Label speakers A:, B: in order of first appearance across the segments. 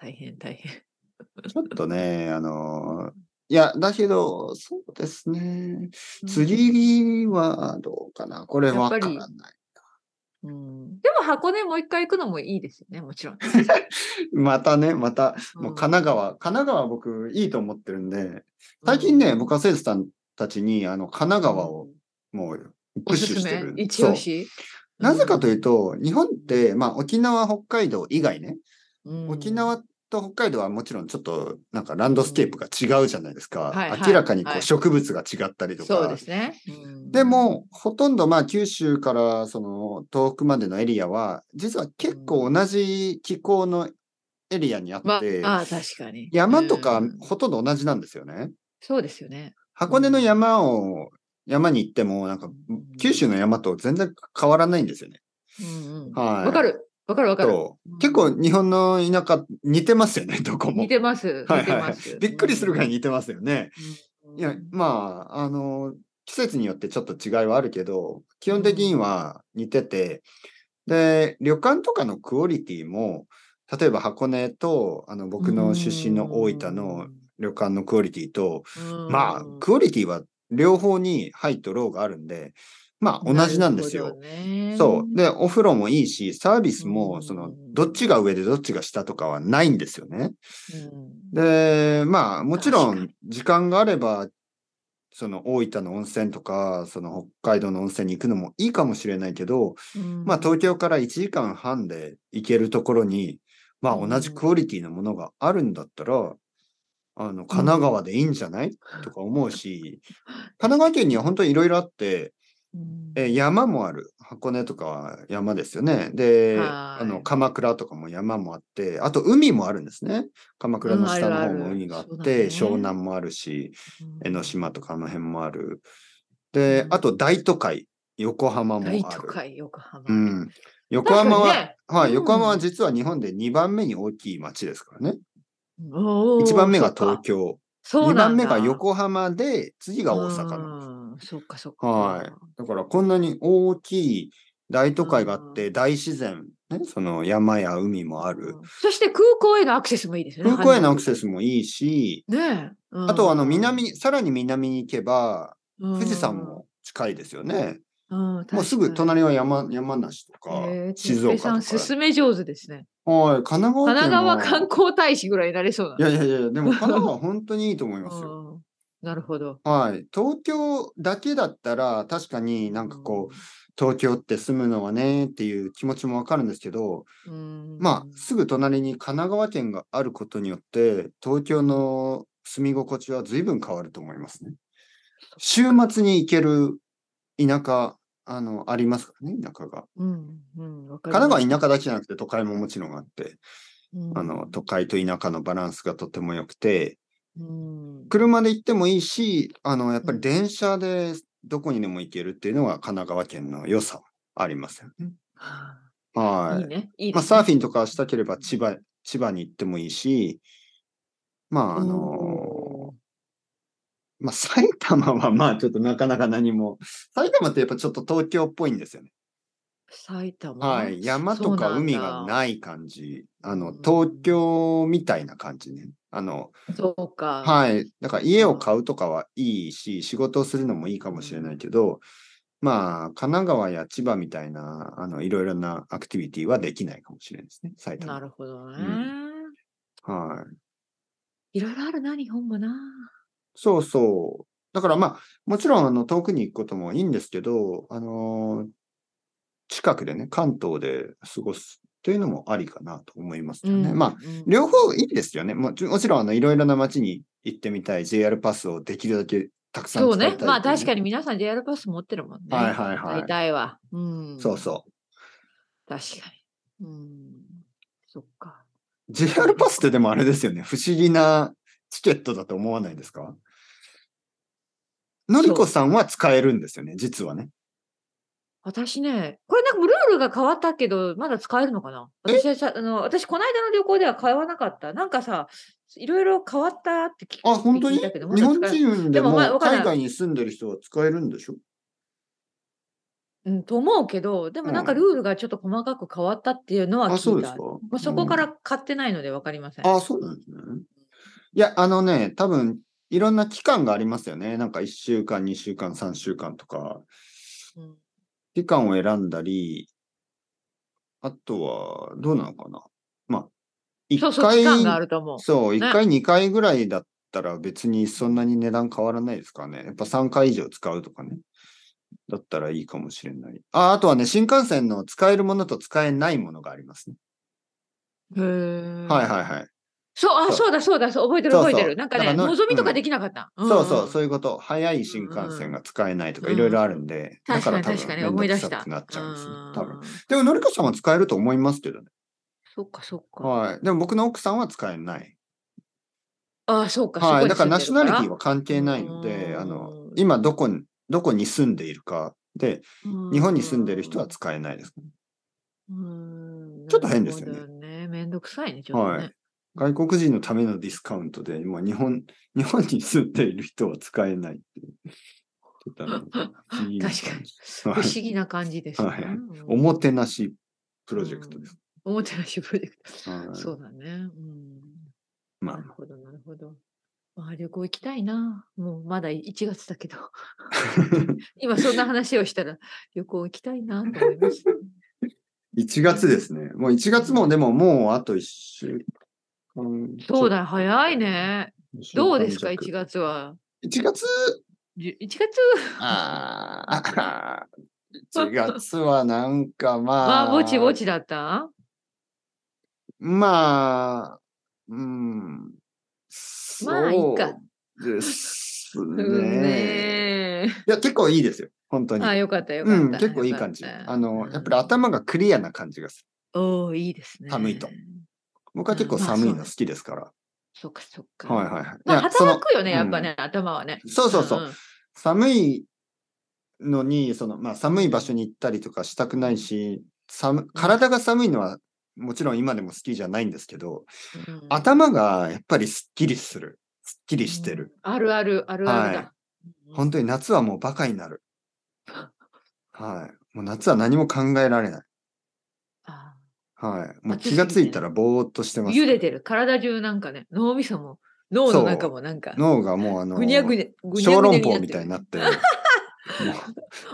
A: 大変、大 変。
B: ちょっとね、あの、いや、だけど、そうですね。次はどうかな。これ
A: や
B: わ
A: っ
B: か
A: ぱ
B: ら
A: り
B: ない。
A: うん、でも箱根もう一回行くのもいいですよね、もちろん。
B: またね、また、もう神
A: う
B: 奈
A: ん。
B: 川、神奈川僕いいと思ってるんで、最近ね、僕は生徒さんたちに、あの、神奈川をもうプッ
A: お
B: シ
A: す
B: ュし
A: す
B: て
A: め
B: る。
A: 一
B: そう
A: 押し。
B: なぜかと
A: い
B: いうと、日本って、まあ沖縄、北海道以外ね、
A: うん、
B: 沖縄と北海道はもちろんちょっとなんかランドスケープが違うじゃないですか。
A: うんはいはい
B: 明らかにこ
A: は
B: う
A: い
B: 植物が違ったりとか。
A: そうですね。うん
B: で、も、ほとんどまあ九州からその東北までのエリアは、実は結構同じ気候のエリアにあ
A: ま
B: って、
A: あ、ああ確かに。
B: 山とか
A: うん
B: ほとんど同じなんですよね。
A: そうですよね。
B: 箱根の山を、山に行っても、なんか
A: うん
B: 九州の山と全然変わらないんですよね。
A: うんうん。
B: はい
A: わかる。わかるわかる。
B: と
A: うん
B: 結構日本の田舎似てますよね、どこも。
A: 似てます。
B: はい
A: 似て
B: はいは
A: ま
B: い
A: す。
B: びっくりするぐらい
A: い。
B: 似てますよね。
A: うん
B: いや、まあ、あの、季節によってちょっと違いはあるけど、基本的には似てて、で、旅館とかのクオリティも、例えば箱根と、あの、僕の出身の大分の旅館のクオリティと、
A: うん、
B: まあ、クオリティは両方にハイとローがあるんで、まあ、同じなんです
A: る
B: よ
A: ほ。どね
B: そう。で、お風呂もいいし、サービス
A: う
B: も、
A: ん
B: その、どっちが上でどっちが下とかはないんですよね。
A: うん
B: で、まあ、もちろ
A: 確か
B: ん、時間があれば、その大分の温泉とか、その北海道の温泉に行くのもいいかもしれないけど、まあ、東京から1時間半で行けるところに、まあ、同じクオリティのものがあるんだったら、あの、神奈川でいいんじゃないとか思うし、神奈川県には本当にいろいろあって、
A: うん
B: えー山もある。箱根とかは山ですよね。で、
A: は
B: あ
A: い
B: の、鎌倉とかも山もあって、あと海もあるんですね。鎌倉の
A: うんあ
B: 下
A: る
B: の
A: あ
B: 方
A: る
B: も海があって、
A: そうだね
B: 湘南もあるし、江ノ島とかあの辺もある。で
A: う、ん
B: あと大都会、横浜もある。
A: 大都会、横浜。
B: うん。横
A: 確かにね、
B: 浜は、はい、
A: うん
B: 横浜は実は日本で2番目に大きい町ですからね。
A: おー
B: 1番目が東。京、
A: そう
B: 2
A: なんだ
B: 番目が横浜で、次が大阪なんです。
A: うんそっかそっか。
B: はいだからこんなに大きい大都会があって、大自然、ね、その山や海もある
A: う。んそして空港へのアクセスもいいですよね。
B: 空港へのアク
A: ス。
B: セスもいいし、
A: ねえ。うん
B: あとあの南に、さらに南に行けば、富士山、も近いですよね。
A: うんうん
B: もうすぐ隣は山山梨とか、静岡と
A: さん、
B: か。
A: 進め上手ですね。
B: はい、神奈
A: 神
B: 川県
A: 奈川
B: は
A: 観光大使ぐらいになれそうな。
B: いやいやいや、でも神 奈川本当にいいと思いますよ。
A: うんなるほど。
B: はい。東京だけだったら、確かになんかこう、東京って住むのはねっていう気持ちもわかるんですけど、
A: うん。
B: まあ、すぐ隣に神奈川県があることによって、東京の住み心地は随分変わると思いますね。週末に行ける田舎、あの、ありますからね、田舎が。
A: うん。うん。わか
B: 神
A: ります
B: 奈川は田舎だけじゃなくて、都会ももちろんあって、あの、
A: うん
B: 都会と田舎のバランスがとても良くて、
A: うん
B: 車で行ってもいいし、あの、やっぱ
A: う
B: り
A: ん
B: 電車でどこにでも行けるっていうのが神奈川県の良さありますよね。
A: は
B: はい
A: あ。いいね。いいで
B: まあ、
A: すね
B: サーフィンとかしたければ千葉、千葉に行ってもいいし、まあ、あの
A: お
B: まあ、埼玉はまあ、ちょっとなかなか何も、埼玉ってやっぱちょっと東京っぽいんですよね。
A: ー埼玉。
B: はい。山とか
A: そうなん
B: 海
A: だ
B: がない感じ。あの、
A: うん
B: 東京みたいな感じね。あの、
A: そうか。
B: はい。だから家を買うとかはいいし、仕事をするのもいいかもしれないけど、まあ、神奈川や千葉みたいな、あの、いろいろなアクティビティはできないかもしれないですね。埼
A: な
B: 玉。
A: るほどね。
B: うんはい。
A: いろいろあるな、日本もな。
B: そうそう。だからまあ、もちろんあの遠くに行くこともいいんですけど、あのー近くでね、関東で過ごすというのもありかなと思いますよね。まあ、
A: うん
B: 両方いいですよね。もちもちろん、あの、いろいろな街に行ってみたい、JR パスをできるだけたくさん使
A: そう
B: いたい
A: ね。まあ確かに
B: に。
A: 皆さん JR パス持ってるもんね。
B: はいはいはい
A: 大体は。うん。
B: そうそう。
A: う。確かに。うん。そっか。
B: JR パスってでもあれですよね。不思議なチケットだと思わないですかのりこさんは使えるんですよね、実はね。
A: 私ね、これなんかルールが変わったけど、まだ使えるのかな
B: え
A: 私はさあの、私、この間の旅行では買わなかった。なんかさ、いろいろ変わったって聞
B: あ、本当に
A: 聞いたけどま
B: 日
A: だ使え
B: 本人で
A: でも
B: も
A: まあわかんない
B: 海外に住んでる人は使えるんでしょ
A: うん、と思うけど、でもなんか
B: うん
A: ルールがちょっと細かく変わったっていうのは
B: あ、そう
A: 聞い
B: で
A: た。
B: すか
A: もうそこから買ってないので分かりません。
B: あ、そうなんですね。いや、あのね、多分いろんな期間がありますよね。なんか1週間、2週間、3週間とか、
A: うん
B: 期間を選んだり、あとは、どうなのかな。まあ、1
A: そうそう、
B: 回、
A: 期間があると思う。
B: そう、
A: ね
B: 1回、2回ぐらいだったら別にそんなに値段変わらないですからね。やっぱ3回以上使うとかね。だったらいいかもしれない。あ、あとはね、新幹線の使えるものと使えないものがありますね。
A: へー
B: はいはいはい。
A: そう、あ、
B: そう
A: そうだそうだ、そう覚えてる
B: そうそう
A: 覚えてる。なんかね、
B: だからの
A: 望みとかできなかった。ん
B: そうそう、そう
A: う
B: いうこと。早い新幹線が使えないとか、
A: うん
B: いろいろあるんで、
A: ん。
B: だ
A: 確か
B: か
A: らに
B: 多
A: 確かに
B: 分、
A: 思
B: め
A: い
B: んど
A: 出
B: く
A: し
B: さ
A: た。
B: くなっちゃうんですね。多分。
A: ん
B: でも、のりかさんは使えると思いますけどね。
A: そっかそっか。
B: はい。でも、僕の奥さんは使えない。
A: ああ、そうか。そこ
B: は
A: に
B: い。だから、ナショ
A: 住んで
B: ナ
A: る
B: リティは関係ないので、
A: うん
B: あの、今、どこに、どこに住んでいるかで、日本に住んでる人は使えないですね。
A: うん
B: ちょっと変ですよね
A: なるほどね。めんどくさいね、ちょっと
B: は
A: ね
B: い。。外国人のためのディスカウントで、今、日本、日本に住んでいる人は使えないっていう。ちょっとあの不思議な感じ
A: 確か
B: は
A: 不思
B: い
A: 議な感じですね。
B: はい
A: うん
B: おもてなしプロジェクトです。
A: おもてなしプロジェク
B: は
A: ト。
B: い
A: そうだね。うん。
B: ま
A: なるほど、なるほど。まあ、旅行行きたいな。もうまだ1月だけど、
B: あ
A: 今そんな話をしたら旅行行きたいなと思い ます。
B: 1月ですね。もう1月もでももうあと1週間。
A: そうだ、早い。ね。どうですか、1
B: 月。
A: 月は。
B: 1月
A: じゅ1月、
B: あ あ。1月はなんかまあ。
A: まあ、ぼちぼ。ちだった
B: まあ、うん。そう
A: まあいいか。
B: です
A: うん
B: ね。
A: ね
B: いや、結構いいですよ。本当
A: え。
B: に。
A: あ、よかった、よかった。
B: うん、結構いい感じ。
A: よかった
B: あの、やっ
A: う
B: ぱり。
A: ん
B: 頭がクリアな感じがする。
A: おーいいですね。
B: 寒いと。僕は結構
A: うんまあ
B: 寒い
A: そう
B: の
A: ね
B: 好きですから。
A: そっか、そっか。
B: はいはいはい。
A: まあ、
B: いやその
A: 働くよね、やっぱね、頭はね。
B: そうそうそう。
A: んん
B: 寒いのに、その、まあ、寒い場所に行ったりとかしたくないし、寒体が寒いのはもちろん今でも好きじゃないんですけど、
A: うん
B: 頭がやっぱりすっきりする。すっきりしてる。
A: うん。あるある、あるあるだ。
B: 本当に夏はもうバカになる。はい。もう夏は何も考えられない。
A: あ
B: はい。もう
A: 暑すぎてね
B: 気がついたらぼーっとして
A: ー
B: ます。
A: 茹でてる。体中なんかね、脳みそも、脳の中もなんか、
B: 脳がもうあの、
A: ぐにゃぐにゃ、ぐにゃ
B: 小
A: ぐにゃになっ
B: 籠
A: て
B: 包みたいに
A: る
B: なって、も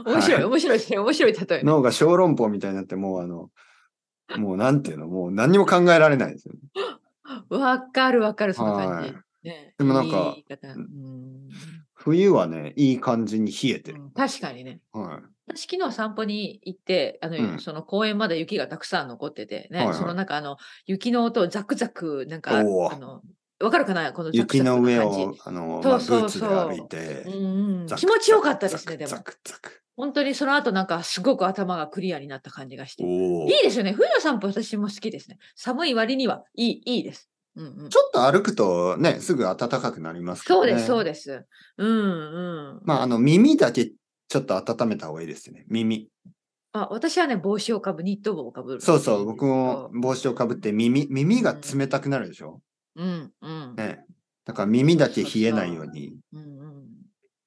B: う
A: 面白
B: はい
A: い、面白いですね、面白い例えね。
B: 脳が小籠包みたいになって、もうあの、もうなんていうの、もう何にも考えられないですよね。
A: わかるわかる、その感じ
B: は。
A: ね
B: でもなんか
A: いい言い方うん
B: 冬はね、いい感じに冷えて
A: う
B: る。
A: ん確かにね。
B: は
A: 私昨日散歩に行ってあの、
B: うん
A: その公園まで雪がたくさん残っててね、
B: はいはい
A: その中あの雪の音をザクザクなんかあ
B: おー
A: のわかるかなこの
B: い。
A: ザク
B: 雪
A: ザク
B: の上
A: な感じ
B: を、あの、
A: そ
B: まあ
A: う
B: ブ
A: そう
B: ーツで歩いて
A: う、んうん
B: ザク
A: 気持ちよかったですねで
B: ザ
A: も
B: クザク
A: 本当にその後なんかすごく頭がクリアになった感じがしてい
B: おお。
A: いですよね冬の散歩私も好きですね寒い割にはいいいいです、うんうん、
B: ちょっと歩くとね、すぐ暖かくなりますけ
A: そ
B: ど
A: う
B: ね。
A: ですそう
B: です。
A: ですうんうん
B: まあ、あの、耳だけちょっと温めた方がいいですね。耳。
A: あ私はね帽子をかぶニット帽をかぶる
B: そうそう、僕も帽子をかぶって耳、耳が冷たくなるでしょ。
A: うんうん、
B: ね。だから耳だけ冷えないように。
A: うんうん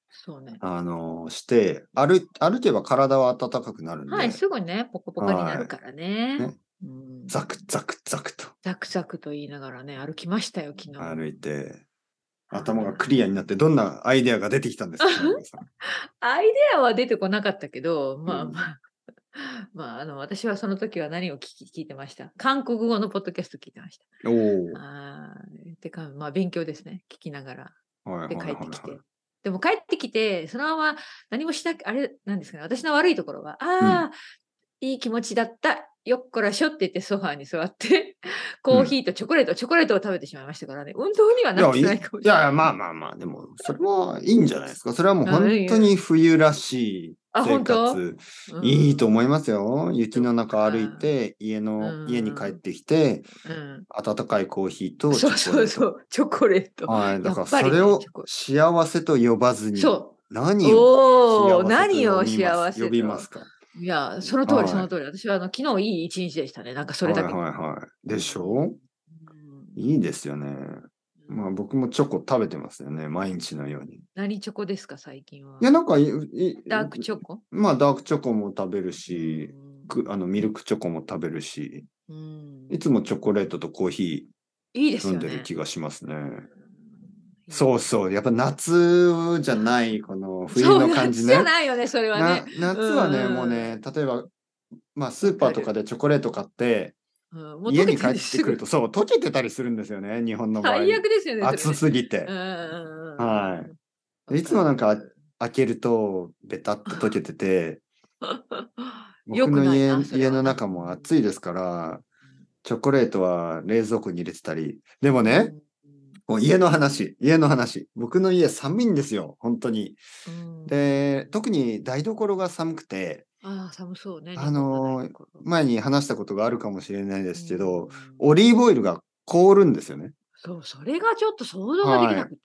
A: そうね
B: あの、して、歩、歩けば体は暖かくなるんで、
A: はい、すぐね、ポコポコにな
B: は
A: る
B: い
A: からね。
B: ね
A: うん
B: ザクザクザクと
A: ザクザクと言いながらね、歩きましたよ、昨日。
B: 歩いて、頭がクリアになって、どんなアイデアが出てきたん ですか田中さん
A: アイデアは出てこなかったけど、まあ
B: うん
A: まあ、 まあ、あの、私はその時は何を聞き聞いてました韓国語のポッドキャスト聞いてまし
B: おお
A: た。あーてか、まあ、勉強ですね、聞きながら。
B: はいは
A: で、
B: いは
A: 帰
B: い
A: ってき
B: は
A: て
B: い。。
A: でも帰ってきて、そのまま何もしなく、あれなんですかね、私の悪いところは、ああ、いい気持ちだった、よっこらしょって言ってソファーに座って、 コーヒーとチョコレート、チョコレートを食べてしまいましたからね、運動にはなって
B: いや
A: ないいかもし
B: い
A: れない。
B: やいや、まあまあまあ、でも、それはいいんじゃないですか。それはもう本当に冬らしい
A: あ
B: 生
A: 本当
B: 活。
A: うん
B: いいと思いますよ。雪の中歩いて、家
A: う
B: の、
A: ん
B: 家に帰ってきて、
A: うん
B: 温かいコーヒーとチ
A: そ
B: ョコレ
A: うそ
B: ート。
A: うそう、チョコレート。
B: はい。だ
A: や
B: から、
A: っぱりね
B: それを
A: チョコ
B: 幸せと呼ばずに、
A: そ
B: 何
A: う。
B: を
A: おお、
B: 幸せと呼び
A: 何を
B: ます
A: 幸せと
B: 呼びますか。
A: いや、その通
B: は
A: り、
B: い
A: その通り。私はあの昨日いい一日でしたね。なんかそれだけ。
B: はいはいはい。でしょ
A: うん
B: いいですよね。
A: う
B: まあ僕もチョコ食べてますよね、毎日のように。い
A: 何チョコですか、最近は。
B: や、なんかいい
A: ダークチョコ
B: まあダークチョコも食べるし、
A: うん
B: くあのミルクチョコも食べるし、
A: うん
B: いつもチョコレートとコーヒ
A: いいで
B: ー
A: すよ
B: 飲ん
A: ね。
B: でる気がしますね。
A: うん
B: そうそう、やっぱ夏じゃない、この冬の感じね。
A: そう夏じゃないよね、それはね。
B: な夏はね、
A: うん
B: もうね、例えば、まあスーパーとかでチョコレート買って、
A: うんもう
B: 家
A: 溶け
B: に帰ってくる
A: と。
B: と、そう、溶けてたりするんですよね、日本の場合。
A: 最悪ですよね。
B: 暑すぎて。は
A: はい
B: いつもなんか開けると、ベタっと溶けてて、僕の家家の中も暑いですから、チョコレートは冷蔵庫に入れてたり。でもね、もう家の話、家の話。僕の家寒いんですよ、本当に。で、特に台所が寒くて、
A: ああ、寒そうね。
B: あのー前に話したことがあるかもしれないで
A: です
B: けど、、オリーブオイルが凍るんですよね。
A: そう、それがちょっと想像ができなくて。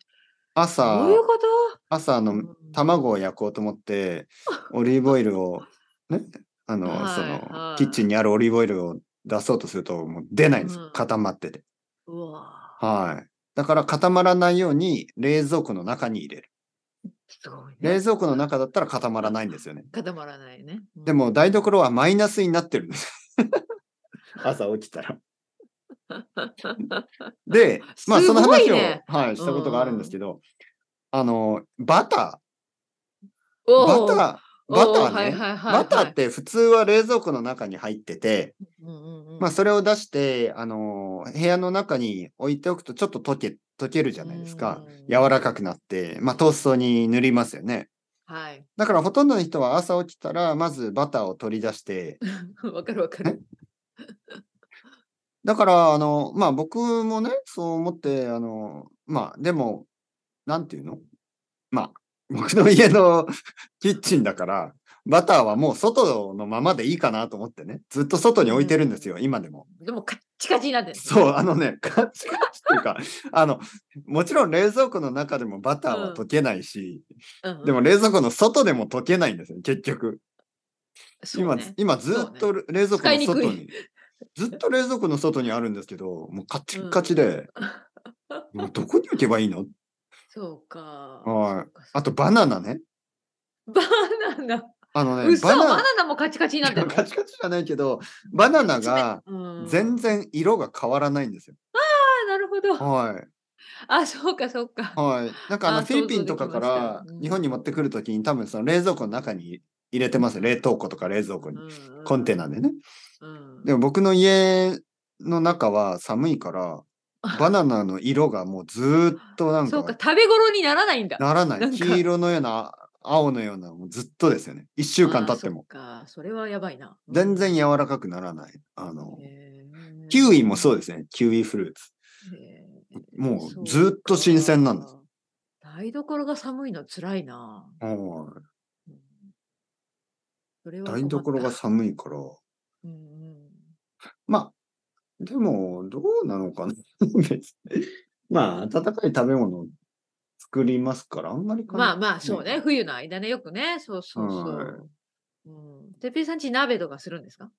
B: 朝
A: どういう、こと
B: 朝あ
A: う
B: の
A: ん
B: 卵を焼こうと 思って、オリーブオイルを、ね、あの、
A: はい
B: そ
A: は
B: の、
A: い
B: キッチンにあるオリーブオイルを出そうとすると、もう出ないんです
A: うん。
B: 固まってて。
A: うわー
B: はい。だから固まらないように冷蔵庫の中に入れる。
A: すごいね。
B: 冷蔵庫の中だったら固まらないんですよね。
A: 固まらないね。うん
B: で、も台所はマイナスになってるんです。 朝起きたら。 で、まあ
A: す
B: そ
A: ご
B: の
A: い
B: 話を、
A: ね
B: はい、したことがあるんですけど、あの、バター、
A: お
B: バ
A: う
B: ター、バタ
A: おう
B: ー
A: はいはい
B: ね。
A: はいはい
B: バターって普通は冷蔵庫の中に入ってて、
A: うんうんうん
B: まあそれを出して、あの、部屋の中に置いておくとちょっと溶け、溶けるじゃないですか。
A: うん
B: 柔らかくなって、まあトーストに塗りますよね。
A: はい。
B: だからほとんどの人は朝起きたら、まずバターを取り出して、
A: わかるわかる。
B: だから、あの、まあ僕もね、そう思って、あの、まあでも、なんていうのまあ、僕の家の キッチンだから、バターはもう外のままでいいかなと思ってね、ずっと外に置いてるんですよ、今でも。
A: でもカッチカチになってる。
B: そう、あのね、 カチカチっていうか、あの、もちろん冷蔵庫の中でもバターは溶けないし、
A: うんうん
B: でも冷蔵庫の外でも溶けないんですよ、結局。
A: そう
B: 今、
A: ね
B: 今ずっと冷蔵庫の
A: 使い
B: 外
A: に
B: に。ずっと冷蔵庫の外にあるんですけど、もうカチッカチで、もうどこに置けばいいの
A: そうか。そ
B: はい
A: うかそうか
B: あとバナナね。
A: バナナ。
B: あの
A: う
B: ね、
A: そ、バナ
B: ナ
A: ナもカチカチになってるの。
B: カチカチじゃないけど、バナナが
A: うん
B: 全。然色が変わらないんですよ。
A: あなるほど。
B: はい。
A: あ、そうか、そうか。
B: はい。なんかあ
A: あ
B: の
A: ー
B: フィリピンとかか
A: 想像
B: ら
A: できましたうん
B: 日本に持ってくるときに多分その冷蔵庫の中に入れてます。冷凍庫とか冷蔵庫に。コンテナでね。
A: うん。
B: でも僕の家の中は寒いから、バナナの色がもうずーっとなん
A: そうか、
B: か
A: 食べ頃にならないんだ。
B: ならな。
A: ないんか
B: 黄色のような、青のような、もうずっとですよね。一週間経っても。
A: あーそっか、それはやばいな。
B: 全然柔らかくならない。あの、
A: 然
B: キウイもそううですね。キウイフルーツ。もう
A: そう
B: ずっと新鮮なんです
A: か。台所が寒いのつらいな。
B: はい
A: うんそれは困った
B: 台所が寒いから。
A: うんうん
B: まあ、でも、どうなのかな。 別にまあ、温かい食べ物作りますから、あんまり関係
A: まあまあ、そう
B: な
A: ね。
B: い。
A: 冬の間ね、よくね。そうそうそう。うん。てっぺいさんち鍋とかするんですか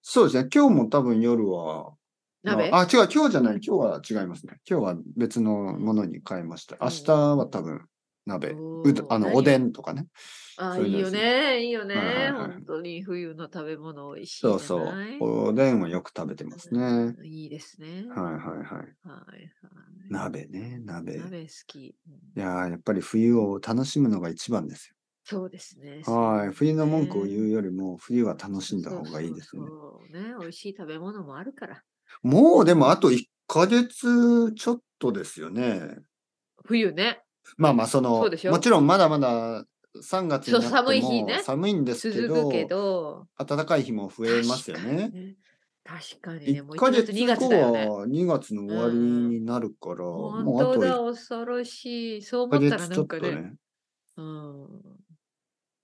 B: そうですね。今日も多分夜は、
A: 鍋
B: あ、違う、今日じゃない。今日は違いますね。今日は別のものに変えました。明日は多分鍋。
A: おー
B: うどあの、
A: 何
B: おでんとかね。
A: あ
B: そう
A: い
B: い
A: いうよ
B: のです
A: ね、いいよね、
B: はいはいはい
A: 本当に冬の食べ物美味しいじゃ
B: そ
A: な
B: う
A: い。
B: そう。おでんはよく食べてますね。はい
A: うん。いいですね。は
B: はいはい。
A: いはい。
B: 鍋ね、鍋。い
A: 鍋好き。うん
B: やーやっぱり冬を楽しむのが一番です
A: そうですね。
B: よ。はい。冬の文句を言う
A: う
B: よりも、冬は楽
A: 楽
B: しんだ方がいいですね。
A: そうね、美味しい食べ物もあるから。
B: もうでもあと1ヶ月ちょっとですよね。
A: 冬ね、
B: まあまあその、
A: そうでしょ
B: もちろんまだまだ3月になっても
A: そう寒い日ね
B: 寒いんですけ
A: 続
B: ど、
A: くけど。
B: 暖かい日も増えますよね。
A: 確かにね。確かにね、もう
B: 1
A: 1
B: ヶ
A: 月、2
B: 月後は
A: 月だよね。
B: 2月の終わりになるから、
A: 本
B: もうあ
A: 当
B: と
A: だ、
B: 1
A: 恐ろしい。そう
B: ヶ
A: 思ったら
B: 月
A: な
B: ちょっ
A: ん
B: と
A: かね。
B: ね。
A: うん。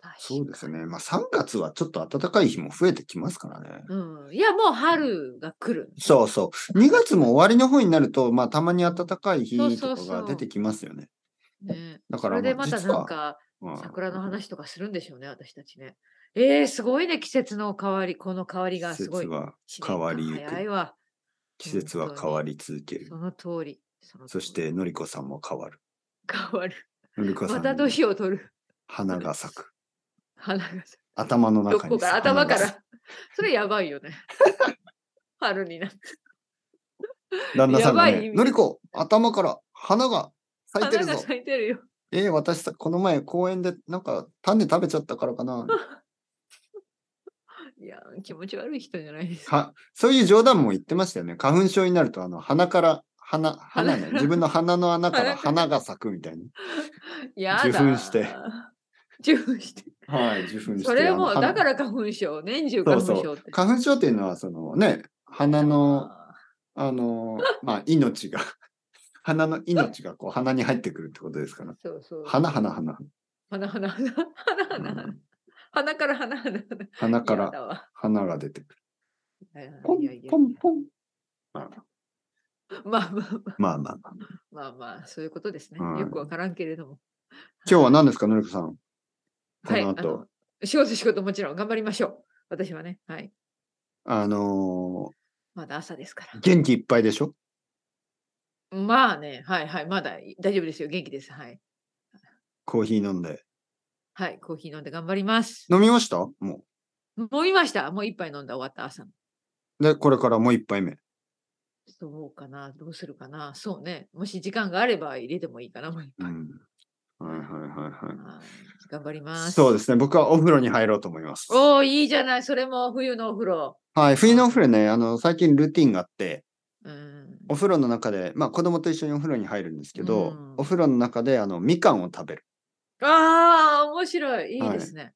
A: 確かに
B: そうですね。まあ3月はちょっと暖かい日も増えてきますからね。
A: うん、いや、もう春が来る。
B: そうそう。2月も終わりの方になると、まあたまに暖かい日
A: そうそ
B: と
A: う
B: か
A: そう
B: が出てきますよね。
A: ね、
B: だか
A: そ
B: ら
A: れで
B: まあ
A: また
B: 実は
A: なんか
B: うん
A: 桜の話とかするんでしょうね、私たちね。えー、すごいね、季節の変わり、この変わりがすごい。
B: 季節は
A: 一年間
B: 変わりゆく
A: 早いわ。
B: 季節は変わり続ける。
A: その通り。の
B: そして、のりこさんも変わる。
A: 変わる。
B: のりこさ
A: ま
B: ん
A: た
B: に
A: 年を取る。
B: 花が咲く。
A: 花がさ。
B: 頭の中
A: どこ
B: に。
A: から頭から。。それやばいよね。 春になって。
B: 旦那さんが、
A: やばい意
B: ね、
A: 味
B: のりこ、頭から花が咲いて
A: 花
B: るぞ
A: が。咲いてるよ。
B: えー私さ、この前公園でなんか種食べちゃったからかな。
A: いや、気持ち悪い人じゃないです。
B: かそういう冗談も言ってましたよね。花粉症になると、あの、鼻から、鼻、
A: 鼻
B: 鼻ね、自分の鼻の穴から
A: 鼻
B: 花が咲くみたいな。
A: やだ。
B: 受粉して。
A: 受粉して。
B: はい、受粉して。
A: それも
B: あ
A: う
B: の
A: だから花粉症、年中花
B: 花
A: 粉症
B: そう
A: って。
B: そう。花粉症っていうのは、そのね、鼻の、あの、まあ、命が、 鼻の命がこう鼻に入ってくるってことですから。
A: そうそう。
B: 鼻、鼻、鼻。
A: 鼻鼻鼻鼻 鼻
B: う
A: 鼻鼻から鼻鼻鼻
B: 鼻か
A: や
B: ら
A: だわ
B: 花が出てく
A: い
B: る。
A: やいや
B: ポン
A: いやいや
B: ポンポン。まあ
A: まあまあ
B: まあまあまあ。
A: まあまあそういうことですね、
B: うん
A: よくわからんけれども
B: 今日は何ですか、のりこさん。こ
A: はい
B: の
A: あ
B: 後。
A: の仕事仕事もちろん頑張りましょう私はねはい
B: あの
A: まだ朝ですか
B: ー元気いっぱいでしょ
A: らまあねはいはいまだ大丈夫ですよ元気ですはい
B: コーヒー飲んで。
A: はいコーヒー飲んで頑張ります
B: 飲みましたも
A: もういましたもう一杯飲んだ終わった朝の
B: う。で、これからもう一杯目。
A: そうかなどうするかなそうねもし時間があれば入れてもいいかなもう一
B: う
A: 杯、
B: ん。はいはいはいは
A: はい頑張りま
B: い。
A: す
B: そうですね。僕はお風呂に入ろうと思います。
A: おおいいじゃないそれも冬のお風呂
B: はい。冬のお風呂ね、あの、最近ルーティンがあって、
A: うん
B: お風呂の中で、まあ子供と一緒にお風呂に入るんですけど、
A: うん
B: お風呂の中で、あの、みかんを食べる。
A: ああ、面白い。いい
B: はい
A: ですね。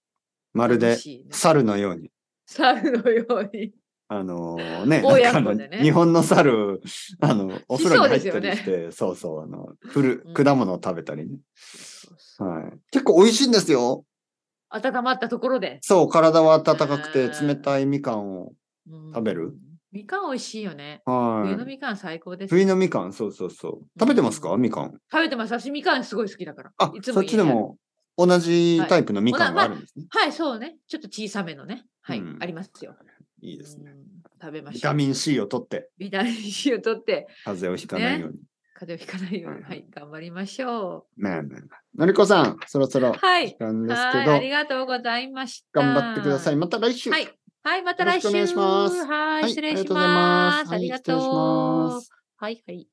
B: まる
A: 楽
B: で、
A: しいね
B: 猿のように。
A: 猿のように。
B: あのーね、
A: 親
B: なん
A: 子
B: かあ
A: でね
B: の日本の猿、あの、お風呂に入った
A: しそうで
B: り
A: す
B: し
A: よ
B: て、そうそう、あの、ふる
A: うん
B: 果物を食べたりね。
A: そうそう
B: はい。結構美味しいんですよ。
A: 温まったところで。
B: そう、体は温かく
A: へ
B: て
A: ー
B: 冷たいみかんを。
A: 食
B: 食べる
A: みかん美味しいよね。冬の
B: はい。
A: みかん最高です。
B: 冬のみかん、そうそうそう。食べてますかみかん。
A: 食べてます。私みかんすごい好きだから。
B: あ、
A: いつも
B: そっ
A: 家
B: ちで
A: にある。
B: も同じタイプのみかんが
A: はい
B: あるんですね。
A: はい、そうね。ちょっと小さめのね。はい、
B: うん
A: ありますよ。
B: いいですね
A: う。ん食べましょう。
B: ビタミン
A: を。
B: C を取って、
A: ビタミン C を取って、
B: 風邪をひかないように。
A: 風邪をひかないように。
B: はい
A: は
B: はい
A: い、頑張りましょ。
B: ねえねえねえのりこさん、そろそうろ
A: はい
B: 時。間です
A: は
B: け
A: い、あ
B: ど
A: り、がとうございました。
B: 頑張ってください。。また来週。
A: はい。はい、また来週。
B: よろしくお願いします
A: はい、
B: はい
A: 失礼し
B: ありがとうござい
A: ま。
B: ますす
A: あ
B: はい
A: りが
B: 失礼し
A: と
B: ま
A: う
B: す。
A: はい、はい。